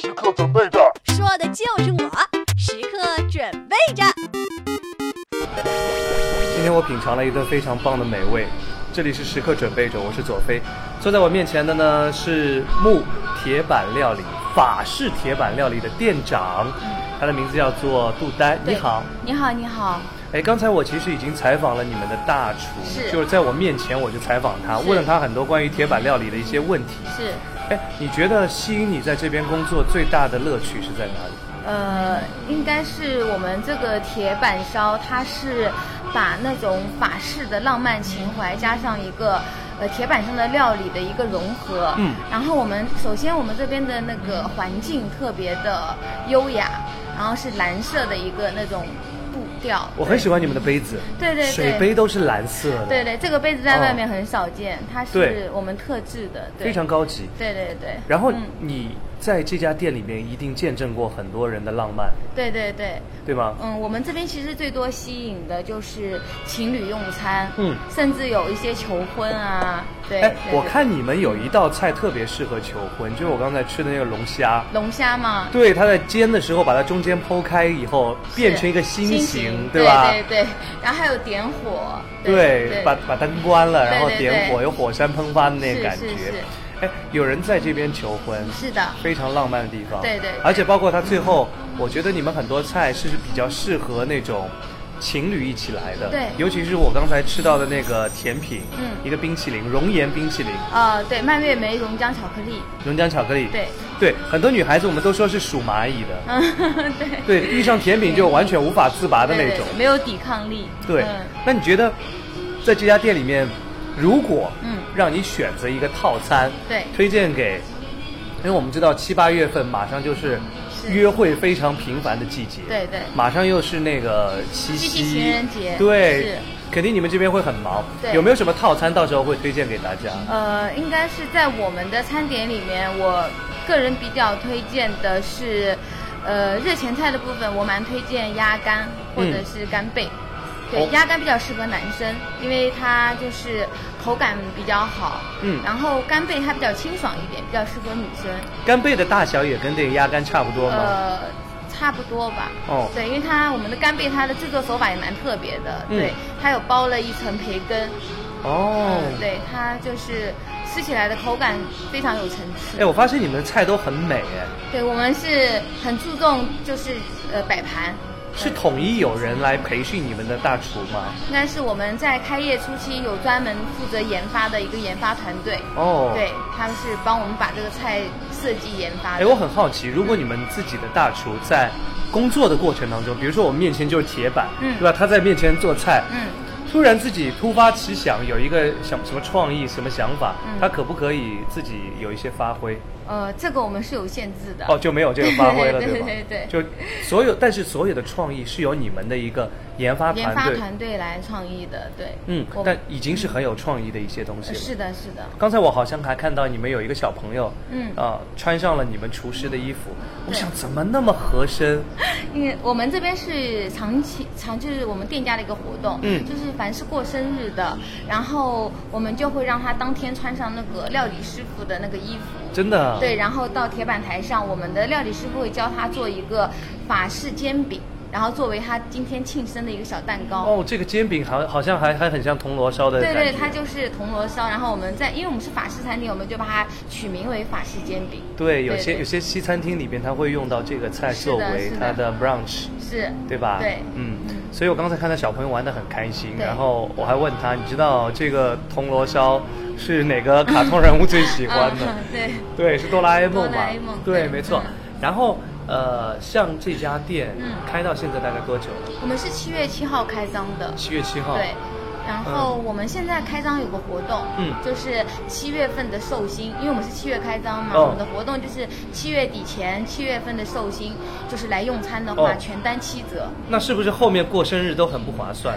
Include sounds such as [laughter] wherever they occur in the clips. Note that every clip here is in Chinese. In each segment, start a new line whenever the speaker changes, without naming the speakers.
时刻准备着。
说的就是我，时刻准备着。
今天我品尝了一顿非常棒的美味，这里是时刻准备着，我是左飞。坐在我面前的呢是木铁板料理法式铁板料理的店长，他的名字叫做杜丹。你
对
好，
你好，你好，
哎，刚才我其实已经采访了你们的大厨，
是
就是在我面前我就采访他，
是
问了他很多关于铁板料理的一些问题。
是
哎，你觉得吸引你在这边工作最大的乐趣是在哪里？
呃，应该是我们这个铁板烧，它是把那种法式的浪漫情怀加上一个。呃，铁板上的料理的一个融合，
嗯
然后我们首先我们这边的那个环境特别的优雅，然后是蓝色的一个那种步调，
我很喜欢你们的杯子，
对对对
水杯都是蓝色的，
对对，这个杯子在外面很少见，它
哦对
是我们特制的，对
非常高级。
对对对，
然后
嗯，
你在这家店里面一定见证过很多人的浪漫，
对对对，
对吗？
嗯，我们这边其实最多吸引的就是情侣用餐，
嗯
甚至有一些求婚啊，对。
哎，
对
我
对
看你们有一道菜特别适合求婚，就是我刚才吃的那个龙虾。
龙虾嘛，
对，它在煎的时候把它中间剖开以后，变成一个心
心
形，
对
吧？
对对，然后还有点火，对，
把把灯关了，然后
对对
点火，
对
有火山喷发的那个
是
感
是
觉
是。
哎，有人在这边求婚，
是的，
非常浪漫的地方。
对对对
而且包括它最后，我觉得你们很多菜是比较适合那种情侣一起来的。
对
尤其是我刚才吃到的那个甜品，
嗯
一个冰淇淋，熔岩冰淇淋，
呃，对，蔓越莓溶浆巧克力，
熔浆巧克力。
对，
对，很多女孩子我们都说是属蚂蚁的，
嗯， [laughs]
对，
对，
遇上甜品就完全无法自拔的
对
那
对
种。
没有抵抗力，
对
嗯，
那你觉得在这家店里面，如果
嗯
让你选择一个套餐，
对
推荐给，因为我们知道七八月份马上就是
是
约会非常频繁的季节，
对对
马上又是那个七
七
夕
夕情人节
对
是，
肯定你们这边会很忙，
对
有没有什么套餐到时候会推荐给大家？
呃，应该是在我们的餐点里面，我个人比较推荐的是，呃，热前菜的部分，我蛮推荐鸭肝或者是干贝。对
哦，
鸭肝比较适合男生，因为它就是口感比较好。
嗯
然后干贝它比较清爽一点，比较适合女生。
干贝的大小也跟这个鸭肝差不多吗？
呃，差不多吧。
哦
对，因为它我们的干贝它的制作手法也蛮特别的，
嗯
对，它有包了一层培根，
哦，
嗯，对，它就是吃起来的口感非常有层次。
哎，我发现你们的菜都很美，哎，
对，我们是很注重就是呃摆盘，
是
嗯
统一有人来培训你们的大厨吗？
应该是我们在开业初期有专门负责研发的一个研发团队，
哦，
对，他们是帮我们把这个菜设计研发
哎，
的。
我很好奇，如果你们自己的大厨在工作的过程当中，比如说我们面前就是铁板，
嗯
对吧？他在面前做菜，
嗯，
突然自己突发奇想，有一个想什么创意、什么想法，
嗯
他可不可以自己有一些发挥？
呃，这个我们是有限制的。
哦，就没有这个发挥了，
[laughs] 对
吧？
对对
就所有，但是所有的创意是由你们的一个研发
研
团
发
队，
团队来创意的，对，
嗯
我，
但
们
已经是很有创意的一些东西
呃
了。
是的，是的，
刚才我好像还看到你们有一个小朋友，
嗯
啊、穿上了你们厨师的衣服，我
对
想怎么那么合身？
因为我们这边是长期长，就是我们店家的一个活动，
嗯
就是凡是过生日的，然后我们就会让他当天穿上那个料理师傅的那个衣服，
真的？啊
对，然后到铁板台上，我们的料理师傅会教他做一个法式煎饼，然后作为他今天庆生的一个小蛋糕。
哦，这个煎饼好好像还还很像铜锣烧的
对
感觉。
对，它就是铜锣烧，然后我们在，因为我们是法式餐厅，我们就把它取名为法式煎饼。
对有些
对
有些西餐厅里边，它会用到这个菜
是的
作为
是的
它的 brunch，
是，
对吧？
对
嗯。所以我刚才看到小朋友玩的很开心，
对
然后我还问他，你知道这个铜锣烧是哪个卡通人物最喜欢
[laughs]
的？
嗯对。
对，是哆啦 A 梦
哆
嘛
啦 A 梦？
对，
对
没错
嗯。
然后呃，像这家店
嗯
开到现在大概多久了？
我们是七月七号开张的，
七月七号。
对。然后我们现在开张有个活动，
嗯
就是七月份的寿星，因为我们是七月开张嘛，
哦
我们的活动就是七月底前七月份的寿星，就是来用餐的话，
哦
全单七折，
那是不是后面过生日都很不划算？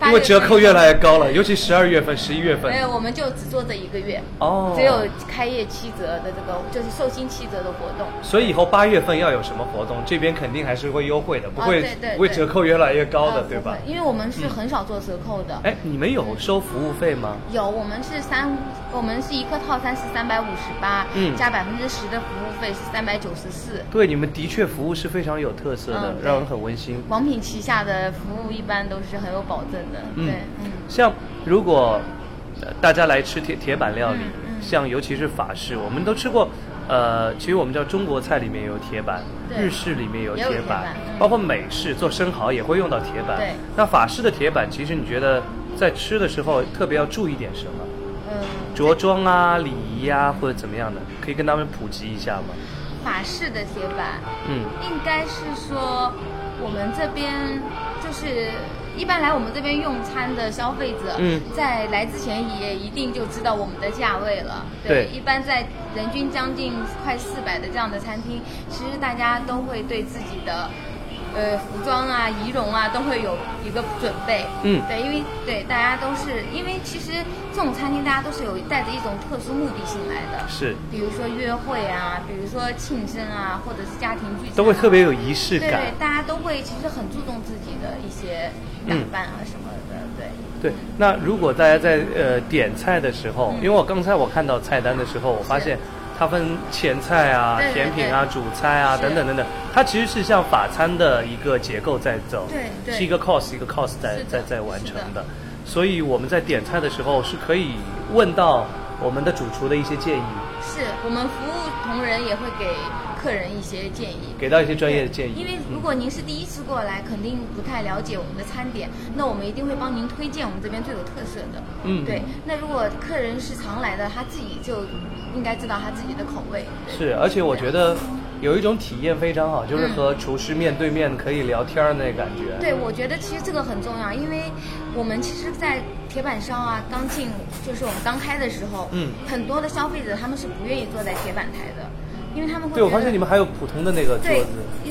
八
因为
月
折扣越来越高了，尤其十二月份、十一月份
没。有，我们就只做这一个月，
哦，
只有开业七折的这个就是寿星七折的活动，
所以以后八月份要有什么活动，这边肯定还是会优惠的，不会、
哦对对对
不会折扣越来越高的，
呃
对吧
不会？因为我们是
嗯
很少做折扣的，
哎，你们有收服务费吗？
有，我们是三，我们是一个套餐是三百五十八
嗯，
加百分之十的服务费是三百九十四。
对，你们的确服务是非常有特色的，
嗯对
让人很温馨。
王品旗下的服务一般都是很有保证的，
嗯
对，嗯，
像如果呃大家来吃铁铁板料理，
嗯嗯
像尤其是法式，我们都吃过。呃，其实我们知道中国菜里面有铁板，
对
日式里面有
也有
铁
铁
板
板，嗯
包括美式做生蚝也会用到铁板
对。
那法式的铁板，其实你觉得在吃的时候特别要注意点什么？
嗯
着装啊、礼仪啊，或者怎么样的，可以跟他们普及一下吗？
法式的铁板
嗯
应该是说我们这边就是。一般来我们这边用餐的消费者，
嗯
在来之前也一定就知道我们的价位了。
对
一般在人均将近快四百的这样的餐厅，其实大家都会对自己的呃服装啊、仪容啊都会有一个准备。
嗯
对，因为对大家都是因为其实这种餐厅大家都是有带着一种特殊目的性来的。
是，
比如说约会啊，比如说庆生啊，或者是家庭聚餐啊、
都会特别有仪式
对
感。
对，大家都会其实很注重自己的一些打扮啊什么的，
嗯
对。
对，那如果大家在呃点菜的时候，
嗯
因为我刚才我看到菜单的时候，我发现它分前菜啊、
对对
甜品啊、主菜啊
是
等等等等，它其实是像法餐的一个结构在走，
对对
是一个 cost 一个 cost 在
是的
在在完成
是
的，所以我们在点菜的时候是可以问到我们的主厨的一些建议，
是我们服务同仁也会给客人一些建议。
给到一些专业的建议，
因为
嗯
如果您是第一次过来，肯定不太了解我们的餐点，那我们一定会帮您推荐我们这边最有特色的。
嗯
对。那如果客人是常来的，他自己就应该知道他自己的口味。对
是，而且我觉得有一种体验非常好，就是和
嗯
厨师面对面可以聊天儿那感觉，
对，我觉得其实这个很重要，因为我们其实，在铁板烧啊刚进，就是我们刚开的时候，
嗯
很多的消费者他们是不愿意坐在铁板台的，因为他们会
对，我
觉
发
得
现你们还有普通的那个桌
对
子。，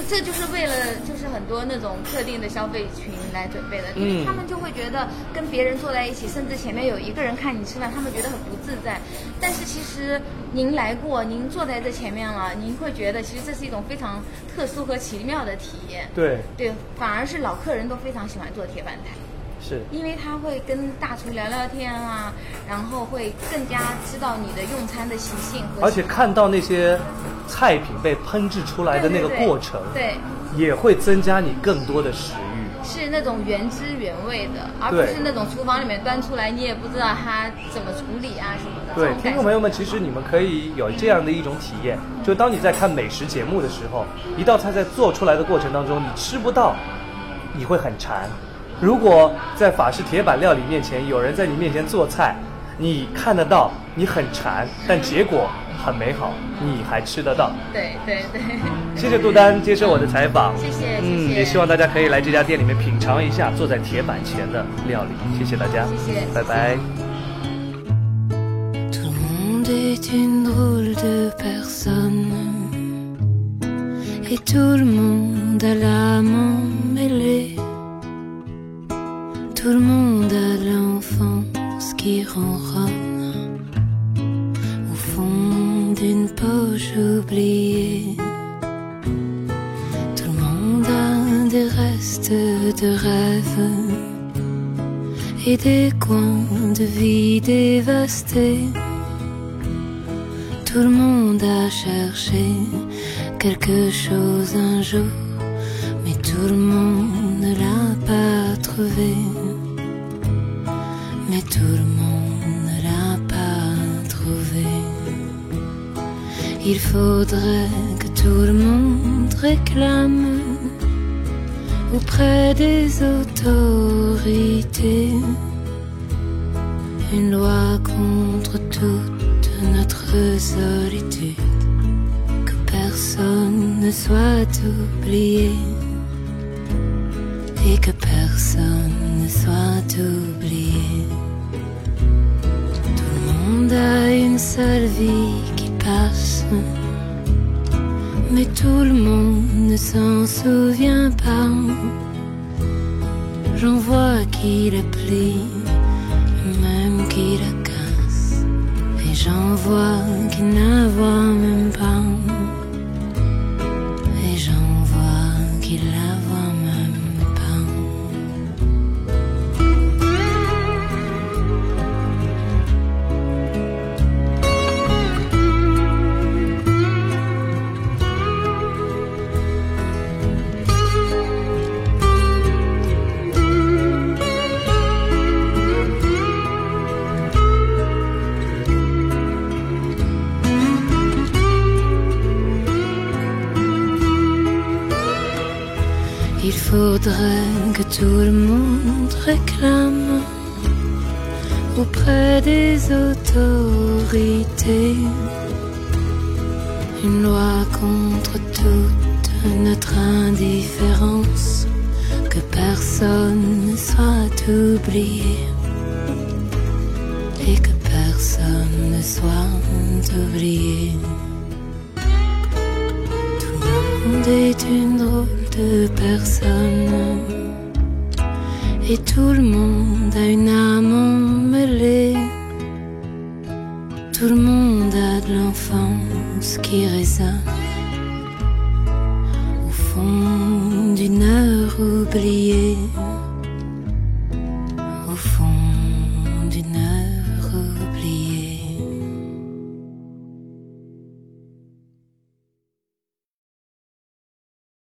这就是为了就是很多那种特定的消费群来准备的，因
嗯
为他们就会觉得跟别人坐在一起，甚至前面有一个人看你吃饭，他们觉得很不自在。但是其实您来过，您坐在这前面了，您会觉得其实这是一种非常特殊和奇妙的体验。
对，
对，反而是老客人都非常喜欢坐铁板台，
是，
因为他会跟大厨聊聊天啊，然后会更加知道你的用餐的习性和
而且看到那些菜品被烹制出来的那个过程，
对对对
也会增加你更多的食欲。
是那种原汁原味的，而不
对
是那种厨房里面端出来你也不知道它怎么处理啊什么的。这
对，
种
听
感
众
受
朋友们，其实你们可以有这样的一种体验，就当你在看美食节目的时候，一道菜在做出来的过程当中，你吃不到，你会很馋。如果在法式铁板料理面前，有人在你面前做菜，你看得到，你很馋，但结果很美好，你还吃得到。
对对对， [laughs]
谢谢杜丹接受我的采访，
谢谢
嗯，
谢谢
也希望大家可以来这家店里面品尝一下坐在铁板前的料理，谢谢大家，
谢谢
拜拜。
Tout le monde est une drôle de personne. Et tout le monde a l'âme emmêlée. Tout le monde a l'enfance qui ronronne. Au fond d'une poche oubliée. Tout le monde a des restes de rêves et des coins de vie dévastés. Tout le monde a cherché quelque chose un jour, mais tout le monde ne l'a pas trouvé. Mais tout le monde ne l'a pas trouvé. Il faudrait que tout le monde réclame auprès des autorités. Une loi contre toute notre solitude, que personne ne soit oublié et que personne ne soit oublié. Tout le monde a une seule vie qui passe. Mais tout le monde ne s'en souvient pas. J'en vois qui la plie, même qui la casse. Et j'en vois qui ne voit même pas. Et j'en vois qui la voit même pas. Il faudrait que tout le monde réclame auprès des autorités une loi contre toute notre indifférence, que personne ne soit oublié et que personne ne soit oublié. Tout le monde est une drôle de personne et tout le monde a une âme emmêlée. Tout le monde a de l'enfance qui résonne au fond d'une heure oubliée.